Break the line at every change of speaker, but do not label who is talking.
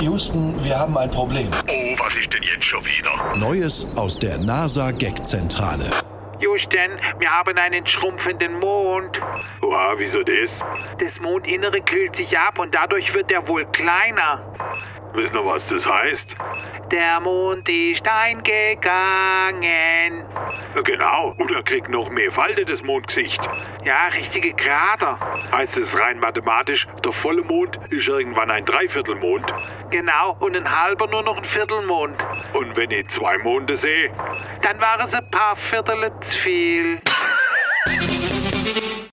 Houston, wir haben ein Problem.
Oh, was ist denn jetzt schon wieder?
Neues aus der NASA-Gag-Zentrale.
Houston, wir haben einen schrumpfenden Mond.
Oha, wieso das?
Das Mondinnere kühlt sich ab und dadurch wird er wohl kleiner.
Wissen ihr, was das heißt?
Der Mond ist eingegangen.
Genau, oder kriegt noch mehr Falte das Mondgesicht.
Ja, richtige Krater.
Heißt es rein mathematisch, der volle Mond ist irgendwann ein Dreiviertelmond.
Genau, und ein halber nur noch ein Viertelmond.
Und wenn ich zwei Monde sehe,
Dann waren es ein paar Viertel zu viel.